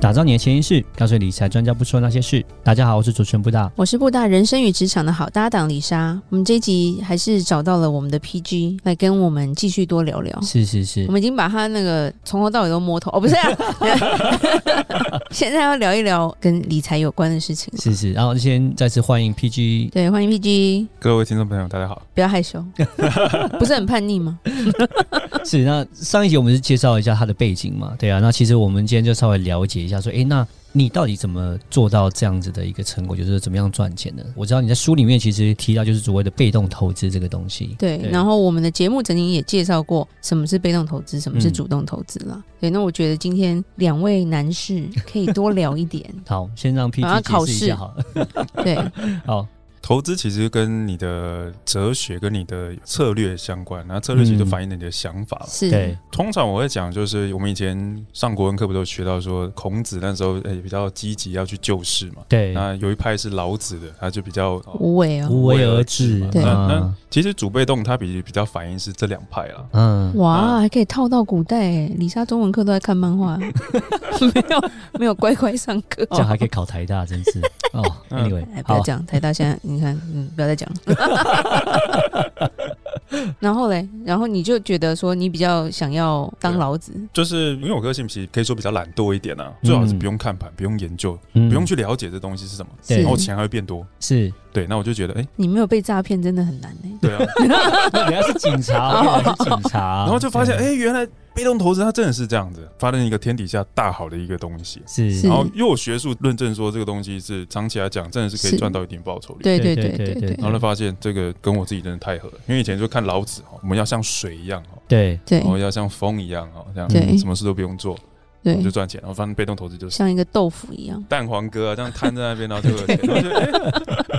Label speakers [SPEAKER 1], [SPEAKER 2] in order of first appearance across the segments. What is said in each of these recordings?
[SPEAKER 1] 打造你的潜意识，告诉理财专家不说那些事。大家好，我是主持人布大。
[SPEAKER 2] 我是布大人生与职场的好搭档李莎。我们这一集还是找到了我们的 PG 来跟我们继续多聊聊。
[SPEAKER 1] 是是是
[SPEAKER 2] 我，们已经把他那个从头到尾都摸透哦，不是、 啊，现在要聊一聊跟理财有关的事情。
[SPEAKER 1] 是是。然后先再次欢迎 PG。
[SPEAKER 2] 对，欢迎 PG，
[SPEAKER 3] 各位听众朋友，大家好。
[SPEAKER 2] 不要害羞， 不是很叛逆吗？
[SPEAKER 1] 是那上一集我们是介绍一下他的背景嘛？对啊，那其实我们今天就稍微了解一下，说，诶，那你到底怎么做到这样子的一个成果，就是怎么样赚钱的？我知道你在书里面其实提到就是所谓的被动投资这个东西。
[SPEAKER 2] 对，
[SPEAKER 1] 对
[SPEAKER 2] 然后我们的节目曾经也介绍过什么是被动投资，什么是
[SPEAKER 1] 嗯
[SPEAKER 2] 主动投资啦。对，那我觉得今天两位男士可以多聊 一点。
[SPEAKER 1] 好，先让 PG
[SPEAKER 2] 好像考
[SPEAKER 1] 解释一
[SPEAKER 2] 试
[SPEAKER 1] 下好了。
[SPEAKER 2] 对，
[SPEAKER 1] 好，
[SPEAKER 3] 投资其实跟你的哲学、跟你的策略相关，那策略其实就反映了你的想法嘛。
[SPEAKER 2] 是，
[SPEAKER 1] 对，
[SPEAKER 3] 通常我会讲，就是我们以前上国文课不都有学到说，孔子那时候诶、比较积极要去救世嘛。
[SPEAKER 1] 对，
[SPEAKER 3] 那有一派是老子的，他就比较。
[SPEAKER 2] 无为哦，
[SPEAKER 1] 无为而治嗯
[SPEAKER 3] 嘛
[SPEAKER 2] 对
[SPEAKER 3] 那
[SPEAKER 1] 嘛
[SPEAKER 3] 那。其实主被动它比比较反映是这两派啦。
[SPEAKER 1] 嗯，
[SPEAKER 2] 哇，
[SPEAKER 3] 啊
[SPEAKER 2] 还可以套到古代欸。李莎中文课都在看漫 画，没有没有乖乖上课。哦
[SPEAKER 1] 这样还可以考台大，真是哦。
[SPEAKER 3] 嗯
[SPEAKER 1] Anyway，
[SPEAKER 2] 哎，不要
[SPEAKER 1] 好，
[SPEAKER 2] 讲台大，现在你看，嗯，不 要再讲了。然后嘞，然后你就觉得说你比较想要当老子，
[SPEAKER 3] 就是因为我个性其实可以说比较懒惰一点啊，
[SPEAKER 1] 嗯
[SPEAKER 3] 最好是不用看盘、不用研究、
[SPEAKER 1] 不
[SPEAKER 3] 不用去了解这东西是什么，
[SPEAKER 1] 对
[SPEAKER 3] 然后钱还会变多。
[SPEAKER 1] 嗯是，
[SPEAKER 3] 对，那我就觉得，哎、
[SPEAKER 2] 你没有被诈骗真的很难呢。
[SPEAKER 3] 对啊，
[SPEAKER 1] 那人家是警
[SPEAKER 2] 哦
[SPEAKER 1] 察，原来是警察，
[SPEAKER 3] 然后就发现，哎、
[SPEAKER 1] 啊对，
[SPEAKER 3] 原来被动投资它真的是这样子，发现一个天底下大好的一个东西。
[SPEAKER 1] 是
[SPEAKER 2] 是
[SPEAKER 3] 然后又有学术论证说这个东西是长期来讲真的是可
[SPEAKER 2] 是
[SPEAKER 3] 以赚到一定报酬率。
[SPEAKER 2] 对
[SPEAKER 1] 对
[SPEAKER 2] 对
[SPEAKER 1] 对
[SPEAKER 2] 对
[SPEAKER 1] 对对
[SPEAKER 2] 对对
[SPEAKER 3] 然后呢，发现这个跟我自己真的太合了，因为以前就看老子哦，我们要像水一样哦，
[SPEAKER 1] 对，
[SPEAKER 3] 然后
[SPEAKER 2] 对
[SPEAKER 3] 要像风一样哦，这样
[SPEAKER 2] 对
[SPEAKER 3] 什么事都不用做，我们就
[SPEAKER 2] 对，
[SPEAKER 3] 赚钱。然后发现被动投资就是
[SPEAKER 2] 像一个豆腐一样。
[SPEAKER 3] 蛋黄哥啊，这样摊在那边，然后就有钱，然后就哎，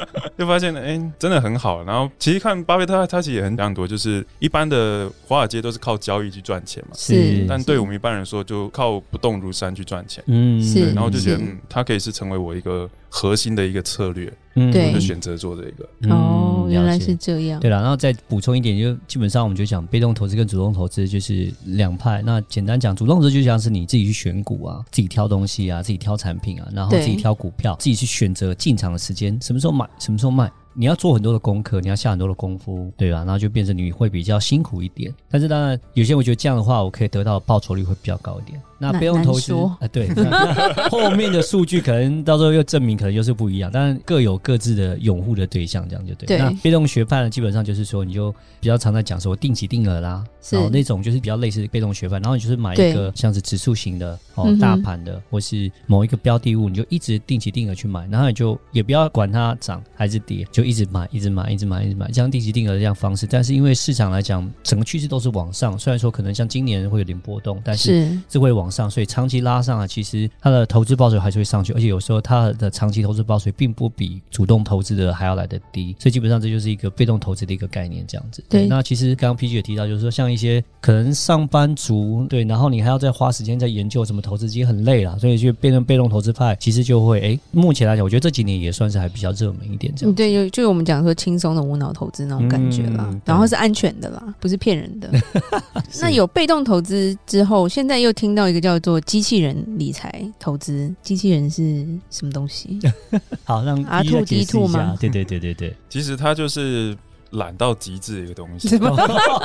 [SPEAKER 3] 就发现哎、真的很好。然后其实看巴菲特他，他其实也很讲多，就是一般的华尔街都是靠交易去赚钱嘛，
[SPEAKER 1] 是
[SPEAKER 3] 但对我们一般人说，就靠不动如山去赚钱。
[SPEAKER 1] 嗯
[SPEAKER 2] 是
[SPEAKER 3] 对，然后就觉得，
[SPEAKER 2] 是
[SPEAKER 3] 嗯，它可以是成为我一个核心的一个策略，
[SPEAKER 1] 嗯
[SPEAKER 2] 对
[SPEAKER 3] 我就选择做这个。
[SPEAKER 1] 嗯
[SPEAKER 2] 哦，原来
[SPEAKER 1] 了解
[SPEAKER 2] 是这样。
[SPEAKER 1] 对了，然后再补充一点，就基本上我们就讲被动投资跟主动投资就是两派。那简单讲，主动投资就像是你自己去选股啊，自己挑东西啊，自己挑产品啊，然后
[SPEAKER 2] 对
[SPEAKER 1] 自己挑股票，自己去选择进场的时间，什么时候买，什么时候卖。你要做很多的功课，你要下很多的功夫，对吧？然后就变成你会比较辛苦一点。但是当然，有些人我觉得这样的话，我可以得到的报酬率会比较高一点。那
[SPEAKER 2] 难
[SPEAKER 1] 被动投资
[SPEAKER 2] 难说
[SPEAKER 1] 啊、对，那 那后面的数据可能到时候又证明，可能又是不一样。当然各有各自的拥护的对象，这样就对。
[SPEAKER 2] 对
[SPEAKER 1] 那被动学派呢，基本上就是说，你就比较常在讲说定期定额啦，
[SPEAKER 2] 是
[SPEAKER 1] 然后那种就是比较类似被动学派，然后你就是买一个像是指数型的哦
[SPEAKER 2] 嗯哼，
[SPEAKER 1] 大盘的，或是某一个标的物，你就一直定期定额去买，然后你就也不要管它涨还是跌，就一直买，一直买，一直买，一直买，这样定期定额的这样方式。但是因为市场来讲，整个趋势都是往上，虽然说可能像今年会有点波动，但是
[SPEAKER 2] 是
[SPEAKER 1] 是会往上，所以长期拉上啊，其实它的投资报酬还是会上去，而且有时候它的长期投资报酬并不比主动投资的还要来的低，所以基本上这就是一个被动投资的一个概念，这样子。
[SPEAKER 2] 对
[SPEAKER 1] 那其实刚刚 PG 也提到，就是说像一些可能上班族，对，然后你还要再花时间在研究怎么投资，其实很累啦，所以就变成被动投资派，其实就会哎，目前来讲，我觉得这几年也算是还比较热门一点这
[SPEAKER 2] 嗯，
[SPEAKER 1] 样。
[SPEAKER 2] 对，有就是我们讲说轻松的无脑投资那种感觉啦，
[SPEAKER 1] 嗯
[SPEAKER 2] 然后是安全的啦，不是骗人 的。 那有被动投资之后，现在又听到一个叫做机器人理财投资，机器人是什么 东西？嗯
[SPEAKER 1] 好，让
[SPEAKER 2] R2
[SPEAKER 1] PG 来解释
[SPEAKER 2] D2
[SPEAKER 1] 一下
[SPEAKER 2] 吗，
[SPEAKER 1] 对对对对 对，
[SPEAKER 3] 其实它就是懒到极致的一个东西
[SPEAKER 2] 什。么？
[SPEAKER 1] 哦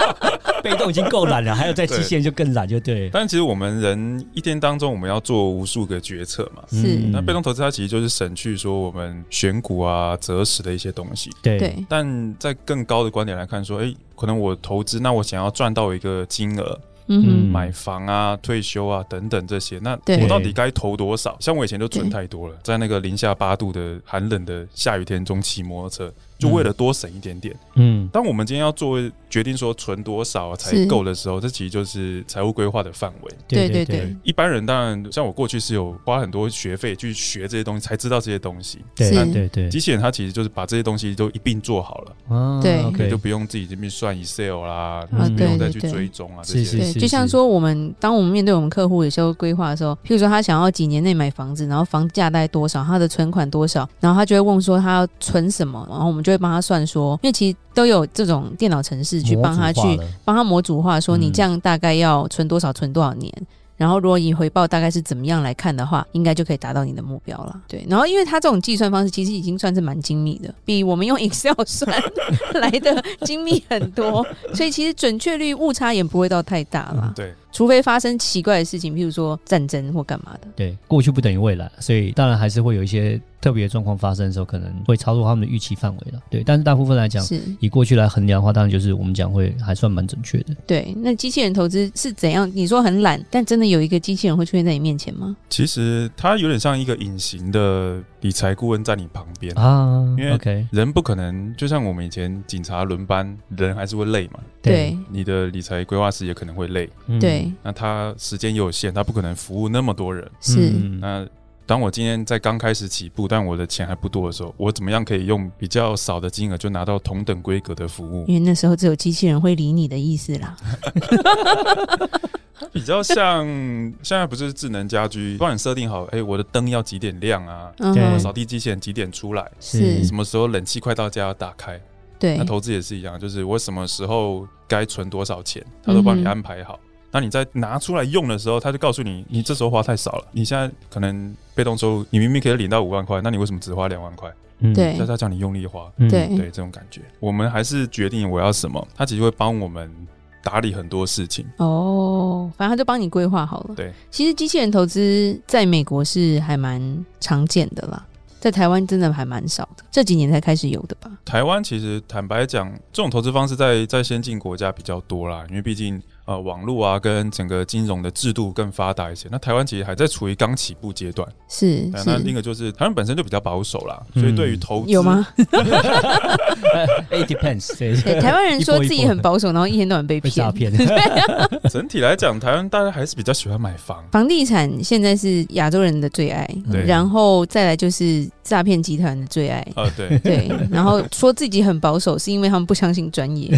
[SPEAKER 1] 被动已经够懒了，还有在极限就更懒，就对了。
[SPEAKER 3] 但其实我们人一天当中，我们要做无数个决策嘛。
[SPEAKER 2] 是
[SPEAKER 1] 嗯
[SPEAKER 3] 那被动投资它其实就是省去说我们选股啊、择时的一些东西。
[SPEAKER 1] 对
[SPEAKER 2] 对
[SPEAKER 3] 但在更高的观点来看，说，诶，可能我投资，那我想要赚到一个金额，
[SPEAKER 2] 嗯
[SPEAKER 1] 嗯
[SPEAKER 2] 哼，
[SPEAKER 3] 买房啊、退休啊等等这些，那
[SPEAKER 2] 对
[SPEAKER 3] 我到底该投多少？像我以前就存太多了，在那个零下八度的寒冷的下雨天中骑摩托车，就为了多省一点点。
[SPEAKER 1] 嗯
[SPEAKER 3] 当我们今天要做决定说存多少才
[SPEAKER 2] 是
[SPEAKER 3] 够的时候，这其实就是财务规划的范围。
[SPEAKER 1] 对
[SPEAKER 2] 对
[SPEAKER 1] 对
[SPEAKER 2] 对
[SPEAKER 3] 一般人当然，像我过去是有花很多学费去学这些东西，才知道这些东西。
[SPEAKER 1] 对
[SPEAKER 2] 是
[SPEAKER 1] 对对
[SPEAKER 3] 机器人它其实就是把这些东西都一并做好了，
[SPEAKER 1] 啊
[SPEAKER 2] 对
[SPEAKER 3] 可以
[SPEAKER 1] OK
[SPEAKER 3] 就不用自己这边算 Excel 啦，
[SPEAKER 1] 嗯
[SPEAKER 3] 不用再去
[SPEAKER 2] 对对对
[SPEAKER 3] 追踪啊这
[SPEAKER 1] 是
[SPEAKER 3] 些。
[SPEAKER 1] 是
[SPEAKER 2] 对，就像说我们当我们面对我们客户有时候规划的时候，譬如说他想要几年内买房子，然后房价大概多少，他的存款多少，然后他就会问说他要存什么，然后我们就会帮他算说，因为其实都有这种电脑程式去帮他去
[SPEAKER 1] 模组化了
[SPEAKER 2] 帮他模组化，说
[SPEAKER 1] 嗯
[SPEAKER 2] 你这样大概要存多少，存多少年。然后，如果以回报大概是怎么样来看的话，应该就可以达到你的目标了。对，然后因为它这种计算方式其实已经算是蛮精密的，比我们用 Excel 算来的精密很 多，所以其实准确率误差也不会到太大
[SPEAKER 1] 嗯
[SPEAKER 2] 啦。
[SPEAKER 3] 对，
[SPEAKER 2] 除非发生奇怪的事情，譬如说战争或干嘛的。
[SPEAKER 1] 对过去不等于未来，所以当然还是会有一些特别的状况发生的时候，可能会超出他们的预期范围了。对，但是大部分来讲，
[SPEAKER 2] 是
[SPEAKER 1] 以过去来衡量的话，当然就是我们讲会还算蛮准确的。
[SPEAKER 2] 对，那机器人投资是怎样？你说很懒，但真的有一个机器人会出现在你面前吗？
[SPEAKER 3] 其实它有点像一个隐形的理财顾问在你旁边。
[SPEAKER 1] 啊
[SPEAKER 3] 因为
[SPEAKER 1] OK，
[SPEAKER 3] 人不可能，就像我们以前警察轮班，人还是会累嘛。
[SPEAKER 2] 对
[SPEAKER 3] 你的理财规划师也可能会累，
[SPEAKER 1] 嗯
[SPEAKER 2] 对，
[SPEAKER 3] 那他时间也有限，他不可能服务那么多人。
[SPEAKER 2] 是、
[SPEAKER 1] 嗯
[SPEAKER 3] 那当我今天在刚开始起步，但我的钱还不多的时候，我怎么样可以用比较少的金额就拿到同等规格的服务？
[SPEAKER 2] 因为那时候只有机器人会理你的意思啦。
[SPEAKER 3] 比较像 现在不是智能家居，帮你设定好，哎、我的灯要几点亮啊？
[SPEAKER 2] 嗯
[SPEAKER 1] 对
[SPEAKER 3] 我
[SPEAKER 2] 哼
[SPEAKER 3] 扫地机器人几点出来？
[SPEAKER 2] 是
[SPEAKER 3] 什么时候冷气快到家要打开？
[SPEAKER 2] 对
[SPEAKER 3] 那，投资也是一样，就是我什么时候该存多少钱，他都帮
[SPEAKER 2] 嗯
[SPEAKER 3] 你
[SPEAKER 2] 哼
[SPEAKER 3] 安排好。那你在拿出来用的时候，他就告诉你，你这时候花太少了。你现在可能被动收入，你明明可以领到五万块，那你为什么只花两万块？
[SPEAKER 1] 嗯
[SPEAKER 2] 对
[SPEAKER 3] 但是他叫你用力花，
[SPEAKER 1] 嗯
[SPEAKER 2] 对
[SPEAKER 3] 对这种感觉，我们还是决定我要什么，他其实会帮我们打理很多事情。
[SPEAKER 2] 哦，反正他就帮你规划好了。
[SPEAKER 3] 对，
[SPEAKER 2] 其实机器人投资在美国是还蛮常见的啦，在台湾真的还蛮少的，这几年才开始有的吧？
[SPEAKER 3] 台湾其实坦白讲，这种投资方式在在先进国家比较多啦，因为毕竟呃网络啊跟整个金融的制度更发达一些。那台湾其实还在处于刚起步阶段，
[SPEAKER 2] 是
[SPEAKER 3] 但那另一
[SPEAKER 2] 是，
[SPEAKER 3] 个就是台湾本身就比较保守啦，
[SPEAKER 1] 嗯
[SPEAKER 3] 所以对于投资
[SPEAKER 2] 有？吗？
[SPEAKER 1] ，it depends，对
[SPEAKER 2] 对，台湾人说自己很保守，然后一天到晚被
[SPEAKER 1] 被 诈
[SPEAKER 2] 骗。
[SPEAKER 1] 骗，
[SPEAKER 3] 整体来讲，台湾大家还是比较喜欢买房。
[SPEAKER 2] 房地产现在是亚洲人的最爱，
[SPEAKER 1] 嗯
[SPEAKER 3] 对
[SPEAKER 2] 然后再来就是诈骗集团的最爱。，
[SPEAKER 3] 呃，对
[SPEAKER 2] 对，然后说自己很保守，是因为他们不相信专 业。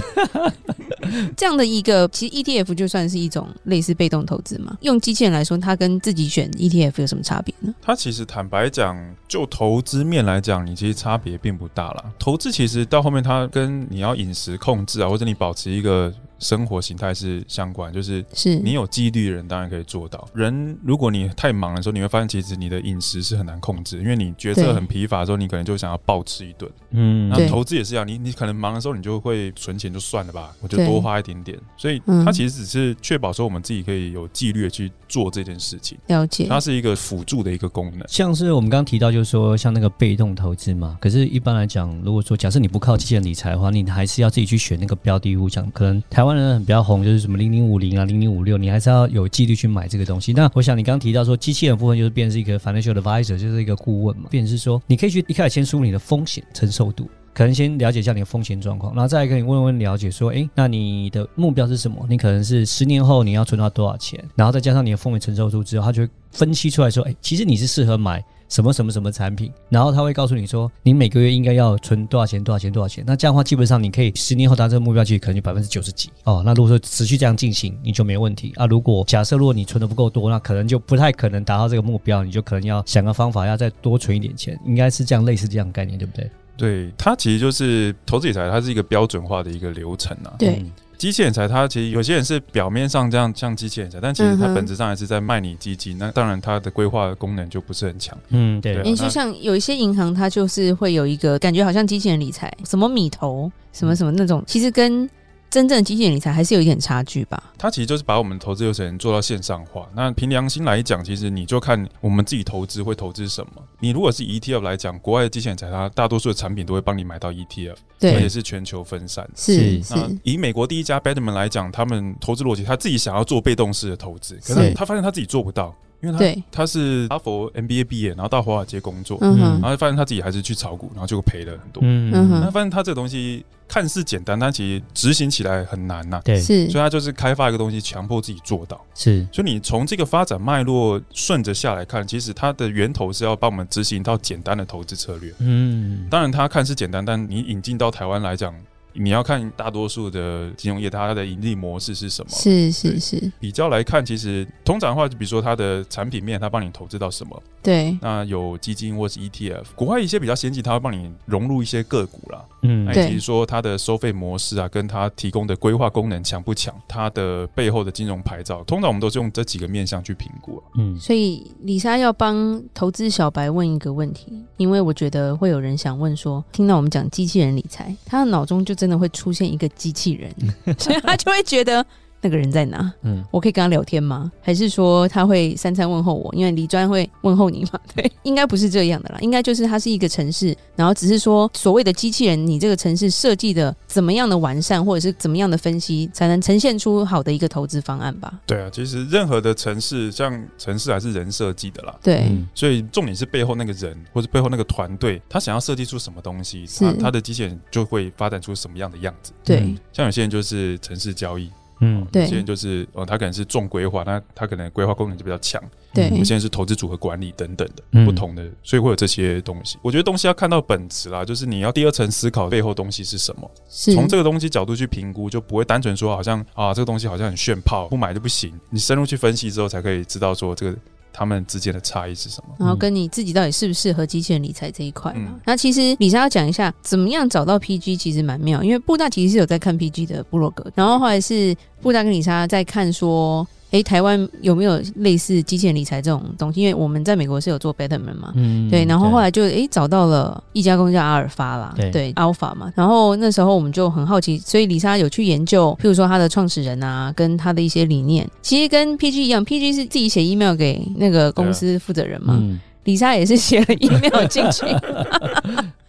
[SPEAKER 2] 这样的一个，其实 ETF 就算是一种类似被动投资嘛。用机器人来说，它跟自己选 ETF 有什么差别呢？
[SPEAKER 3] 它其实坦白讲，就投资面来讲，你其实差别并不大啦。投资其实到后面，它跟你要饮食控制啊，或者你保持一个生活形态是相关，就是
[SPEAKER 2] 是
[SPEAKER 3] 你有纪律的人当然可以做到。人如果你太忙的时候，你会发现其实你的饮食是很难控制，因为你决策
[SPEAKER 2] 对
[SPEAKER 3] 很疲乏的时候，你可能就想要暴吃一顿。
[SPEAKER 1] 嗯
[SPEAKER 3] 那
[SPEAKER 2] 对
[SPEAKER 3] 投资也是一样，你你可能忙的时候，你就会存钱就算了吧，我就
[SPEAKER 2] 对
[SPEAKER 3] 多花一点点。所以
[SPEAKER 2] 嗯
[SPEAKER 3] 它其实只是确保说我们自己可以有纪律的去做这件事情，
[SPEAKER 2] 了解，
[SPEAKER 3] 它是一个辅助的一个功能。
[SPEAKER 1] 像是我们刚刚提到，就是说像那个被动投资嘛，可是一般来讲，如果说假设你不靠机器人理财的话，你还是要自己去选那个标的物。像可能台湾人很比较红，就是什么零零五零啊、零零五六，你还是要有纪律去买这个东西。那我想你刚刚提到说，机器人部分就是变成是一个 financial advisor，就是一个顾问嘛，变成是说你可以去一开始先梳理你的风险承受度。可能先了解一下你的风险状况，然后再来跟你问问了解说，诶，那你的目标是什么？你可能是十年后你要存到多少钱？然后再加上你的风险承受度之后，他就会分析出来说，诶，哎其实你是适合买什么什么什么产品，然后他会告诉你说，你每个月应该要存多少钱，多少钱，多少钱。那这样的话，基本上你可以十年后达这个目标，其实可能就百分之九十几哦。那如果说持续这样进行，你就没问题啊。如果假设如果你存的不够多，那可能就不太可能达到这个目标，你就可能要想个方法，要再多存一点钱，应该是这样类似这样的概念，对不对？
[SPEAKER 3] 对，它其实就是投资理财，它是一个标准化的一个流程啊。
[SPEAKER 2] 对，
[SPEAKER 3] 机器人才，它其实有些人是表面上这样像机器人才，但其实它
[SPEAKER 2] 嗯哼
[SPEAKER 3] 本质上还是在卖你基金。那当然，它的规划功能就不是很强。
[SPEAKER 1] 嗯，对
[SPEAKER 3] 对
[SPEAKER 2] 因为就
[SPEAKER 3] 那
[SPEAKER 2] 像有一些银行，它就是会有一个感觉，好像机器人理财，什么米投，什么什么那种，其实跟真正的机器人理财还是有一点差距吧。
[SPEAKER 3] 它其实就是把我们投资流程做到线上化。那凭良心来讲，其实你就看我们自己投资会投资什么。你如果是 ETF 来讲，国外的机器人才，它大多数的产品都会帮你买到 ETF，而且
[SPEAKER 2] 对，
[SPEAKER 3] 是全球分散的。
[SPEAKER 2] 是
[SPEAKER 1] 是
[SPEAKER 2] 是
[SPEAKER 3] 那以美国第一家 Betterman 来讲，他们投资逻辑，他自己想要做被动式的投资，可
[SPEAKER 2] 是
[SPEAKER 3] 是他发现他自己做不到，因为他
[SPEAKER 2] 对，
[SPEAKER 3] 他是哈佛 MBA 毕业，然后到华尔街工作，
[SPEAKER 2] 嗯哼
[SPEAKER 3] 然，后发现他自己还是去炒股，然后就赔了很多。
[SPEAKER 1] 嗯
[SPEAKER 2] 嗯
[SPEAKER 3] 那
[SPEAKER 2] 哼
[SPEAKER 3] 发现他这个东西看似简单，但其实执行起来很难呐、啊
[SPEAKER 1] 对，
[SPEAKER 2] 是
[SPEAKER 3] 所以他就是开发一个东西，强迫自己做到。
[SPEAKER 1] 是
[SPEAKER 3] 所以你从这个发展脉络顺着下来看，其实它的源头是要帮我们执行一套简单的投资策略。
[SPEAKER 1] 嗯，
[SPEAKER 3] 当然，它看似简单，但你引进到台湾来讲，你要看大多数的金融业它的盈利模式是什么。
[SPEAKER 2] 是是是，
[SPEAKER 3] 比较来看，其实通常的话，就比如说它的产品面，它帮你投资到什么？
[SPEAKER 2] 对，
[SPEAKER 3] 那有基金或是 ETF，国外一些比较先进，它会帮你融入一些个股啦。
[SPEAKER 1] 嗯
[SPEAKER 3] 那
[SPEAKER 2] 对
[SPEAKER 3] 以及说它的收费模式啊，跟它提供的规划功能强不强，它的背后的金融牌照，通常我们都是用这几个面向去评估、啊。
[SPEAKER 1] 嗯
[SPEAKER 2] 所以李莎要帮投资小白问一个问题，因为我觉得会有人想问说，听到我们讲机器人理财，他的脑中就真的会出现一个机器人， 所以他就会觉得那个人在哪？
[SPEAKER 1] 嗯，
[SPEAKER 2] 我可以跟他聊天吗？还是说他会三餐问候我？因为李专会问 候你嘛，对，应该不是这样的啦，应该就是它是一个城市，然后只是说所谓的机器人，你这个城市设计的怎么样的完善，或者是怎么样的分析，才能呈现出好的一个投资方案吧？
[SPEAKER 3] 对啊，其实任何的城市，像城市还是人设计的啦。
[SPEAKER 2] 对，
[SPEAKER 1] 嗯
[SPEAKER 3] 所以重点是背后那个人，或者背后那个团队，他想要设计出什么东西，
[SPEAKER 2] 是
[SPEAKER 3] 他他的机器人就会发展出什么样的样子。
[SPEAKER 2] 对。
[SPEAKER 1] 嗯
[SPEAKER 3] 像有些人就是城市交易，
[SPEAKER 1] 嗯
[SPEAKER 2] 对
[SPEAKER 3] 有些人就是哦，他可能是重规划，那他可能规划功能就比较强；
[SPEAKER 2] 对
[SPEAKER 3] 有些人是投资组合管理等等的、
[SPEAKER 1] 嗯
[SPEAKER 3] 不同的，所以会有这些东西。我觉得东西要看到本质啦，就是你要第二层思考背后东西是什么，
[SPEAKER 2] 是
[SPEAKER 3] 从这个东西角度去评估，就不会单纯说好像啊这个东西好像很炫炮，不买就不行。你深入去分析之后，才可以知道说这个他们之间的差异是什么。
[SPEAKER 2] 然后跟你自己到底适不适合机器人理财这一块嘛。
[SPEAKER 3] 嗯
[SPEAKER 2] 那其实李莎要讲一下，怎么样找到 PG 其实蛮妙，因为布大其实是有在看 PG 的部落格，然后后来是布大跟李莎在看说。诶，台湾有没有类似机器人理财这种东西？因为我们在美国是有做 Betterment 嘛，
[SPEAKER 1] 嗯
[SPEAKER 2] 对，然后后来就诶找到了一家公司叫阿尔法啦，
[SPEAKER 1] 对
[SPEAKER 2] Alpha 嘛。然后那时候我们就很好奇，所以李莎有去研究，譬如说他的创始人啊，跟他的一些理念，其实跟 PG 一样，PG 是自己写 email 给那个公司负责人嘛，
[SPEAKER 1] 嗯
[SPEAKER 2] 李莎也是写了 email 进 去。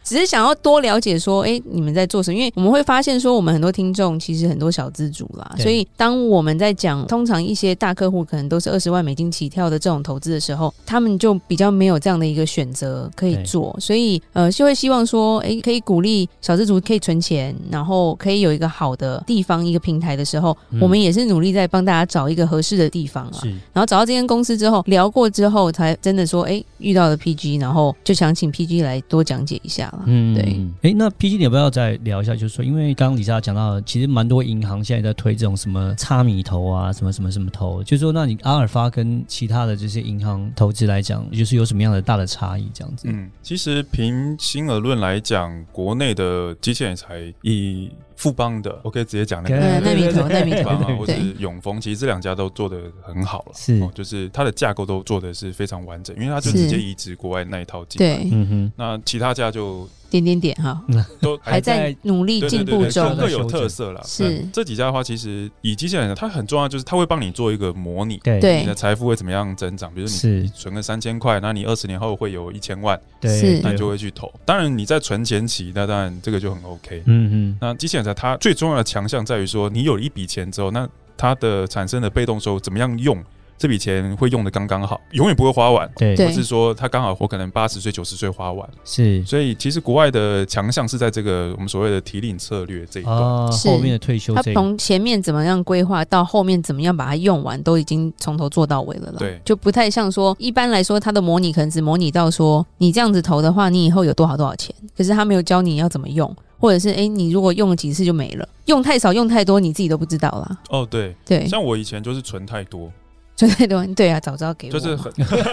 [SPEAKER 2] 只是想要多了解说，诶，你们在做什么？因为我们会发现说，我们很多听众其实很多小资主啦，
[SPEAKER 1] 对
[SPEAKER 2] 所以当我们在讲通常一些大客户可能都是二十万美金起跳的这种投资的时候，他们就比较没有这样的一个选择可以
[SPEAKER 1] 对
[SPEAKER 2] 做，所以呃就会希望说，诶，可以鼓励小资主可以存钱，然后可以有一个好的地方一个平台的时候，
[SPEAKER 1] 嗯
[SPEAKER 2] 我们也是努力在帮大家找一个合适的地方啦。
[SPEAKER 1] 是
[SPEAKER 2] 然后找到这间公司之后，聊过之后，才真的说，哎，遇到了 PG，然后就想请 PG 来多讲解一下了。
[SPEAKER 1] 嗯
[SPEAKER 2] 对，
[SPEAKER 1] 哎，那 P G 你要不要再聊一下？就是说，因为刚刚李莎讲到，其实蛮多银行现在在推这种什么差米投啊，什么什么什么投，就是说，那你阿尔法跟其他的这些银行投资来讲，就是有什么样的大的差异？这样子，
[SPEAKER 3] 嗯，其实凭金额论来讲，国内的机器人才以富邦的，我可以直接讲那
[SPEAKER 1] 可以
[SPEAKER 3] 个
[SPEAKER 2] 呃，纳米头，纳米
[SPEAKER 3] 富邦
[SPEAKER 2] 头，
[SPEAKER 3] 啊，或者
[SPEAKER 2] 对
[SPEAKER 3] 是永丰，其实这两家都做的很好了，
[SPEAKER 1] 是
[SPEAKER 3] 哦，就是它的架构都做的是非常完整，因为它就是直接移植国外那一套进来。
[SPEAKER 2] 对，
[SPEAKER 1] 嗯哼，
[SPEAKER 3] 那其他家就
[SPEAKER 2] 点点点哈，
[SPEAKER 3] 都
[SPEAKER 1] 还
[SPEAKER 2] 还在
[SPEAKER 1] 在
[SPEAKER 2] 努力
[SPEAKER 3] 对
[SPEAKER 2] 进
[SPEAKER 3] 对对
[SPEAKER 2] 步
[SPEAKER 3] 对
[SPEAKER 1] 中
[SPEAKER 2] 中。啊
[SPEAKER 3] 各有特色啦。
[SPEAKER 2] 是
[SPEAKER 3] 那这几家的话，其实以机器人，它很重要，就是它会帮你做一个模拟，
[SPEAKER 1] 对
[SPEAKER 2] 对
[SPEAKER 3] 你的财富会怎么样增长。比如说
[SPEAKER 1] 是
[SPEAKER 3] 你存个三千块，那你二十年后会有一千万，
[SPEAKER 1] 对，
[SPEAKER 2] 是
[SPEAKER 3] 那你就会去投。当然你在存钱期，那当然这个就很 OK。
[SPEAKER 1] 嗯
[SPEAKER 3] 那机器人才它最重要的强项在于说，你有一笔钱之后，那它的产生的被动收入怎么样用？这笔钱会用的刚刚好，永远不会花完，
[SPEAKER 1] 哼，
[SPEAKER 2] 对
[SPEAKER 1] 对
[SPEAKER 3] 或是说它刚好我可能八十岁、九十岁花完。
[SPEAKER 1] 是
[SPEAKER 3] 所以其实国外的强项是在这个我们所谓的提领策略这一段。
[SPEAKER 1] 啊，
[SPEAKER 2] 是
[SPEAKER 1] 后面的退休
[SPEAKER 2] 他
[SPEAKER 1] 这一
[SPEAKER 2] 从前面怎么样规划，到后面怎么样把它用完，都已经从头做到尾了啦。
[SPEAKER 3] 对
[SPEAKER 2] 就不太像说，一般来说，它的模拟可能只模拟到说，你这样子投的话，你以后有多少多少钱，可是他没有教你要怎么用，或者是诶，你如果用了几次就没了，用太少用太多，你自己都不知道啦。
[SPEAKER 3] 哦，对，
[SPEAKER 2] 对，
[SPEAKER 3] 像我以前就是存太多，
[SPEAKER 2] 就太多，对啊，早知
[SPEAKER 1] 哎
[SPEAKER 2] 道给我嘛，
[SPEAKER 3] 就是很，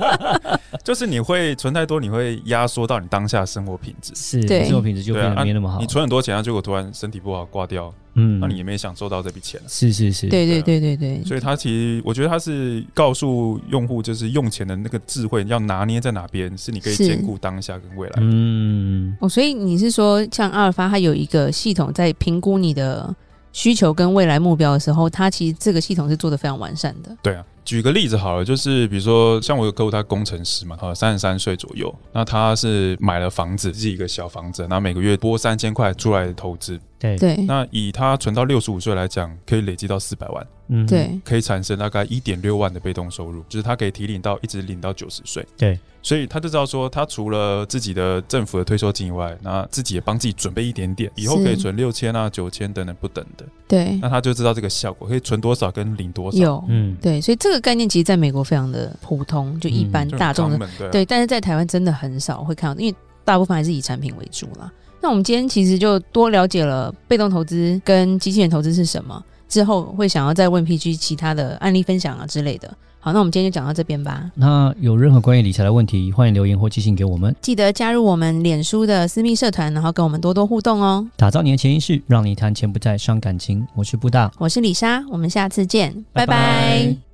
[SPEAKER 3] 就是你会存太多，你会压缩到你当下生活品质。
[SPEAKER 1] 是
[SPEAKER 2] 对
[SPEAKER 1] 生活品质就
[SPEAKER 3] 对
[SPEAKER 1] 变
[SPEAKER 3] 啊
[SPEAKER 1] 得没那么好
[SPEAKER 3] 你。存很多钱，啊，结果突然身体不好挂掉，
[SPEAKER 1] 嗯
[SPEAKER 3] 那你也没享受到这笔钱啊。
[SPEAKER 1] 是是是，
[SPEAKER 2] 对对对对对，
[SPEAKER 3] 所以它其实，我觉得它是告诉用户，就是用钱的那个智慧要拿捏在哪边，是你可以
[SPEAKER 2] 是
[SPEAKER 3] 兼顾当下跟未来。
[SPEAKER 1] 嗯，
[SPEAKER 2] 哦，所以你是说，像阿尔法，它有一个系统在评估你的需求跟未来目标的时候，它其实这个系统是做的非常完善的。
[SPEAKER 3] 对啊，举个例子好了，就是比如说像我有客户，他工程师嘛，呃，三十三岁左右，那他是买了房子，自己一个小房子，然后每个月拨三千块出来投资。
[SPEAKER 1] 对
[SPEAKER 2] 对
[SPEAKER 3] 那以他存到六十五岁来讲，可以累积到四百万，
[SPEAKER 1] 嗯
[SPEAKER 2] 对
[SPEAKER 3] 可以产生大概一点六万的被动收入，就是他可以提领到一直领到九十岁。
[SPEAKER 1] 对，
[SPEAKER 3] 所以他就知道说，他除了自己的政府的退休金以外，那自己也帮自己准备一点点，以后
[SPEAKER 2] 是
[SPEAKER 3] 可以存六千啊、九千等等不等的，
[SPEAKER 2] 对
[SPEAKER 3] 那，他就知道这个效果可以存多少跟领多少。
[SPEAKER 2] 有
[SPEAKER 1] 嗯
[SPEAKER 2] 对，所以这个概念其实在美国非常的普通，就一
[SPEAKER 1] 嗯
[SPEAKER 2] 般
[SPEAKER 3] 就很
[SPEAKER 2] 大众的
[SPEAKER 3] 常门对啊
[SPEAKER 2] 对，但是在台湾真的很少会看到，因为大部分还是以产品为主啦。那我们今天其实就多了解了被动投资跟机器人投资是什么，之后会想要再问 PG 其他的案例分享啊之类的。好，那我们今天就讲到这边吧。
[SPEAKER 1] 那有任何关于理财的问题，欢迎留言或寄信给我们。
[SPEAKER 2] 记得加入我们脸书的私密社团，然后跟我们多多互动哦。
[SPEAKER 1] 打造你的潜意识，让你谈钱不再伤感情。我是布大，
[SPEAKER 2] 我是李莎，我们下次见，
[SPEAKER 1] 拜
[SPEAKER 2] 拜
[SPEAKER 1] 拜
[SPEAKER 2] 拜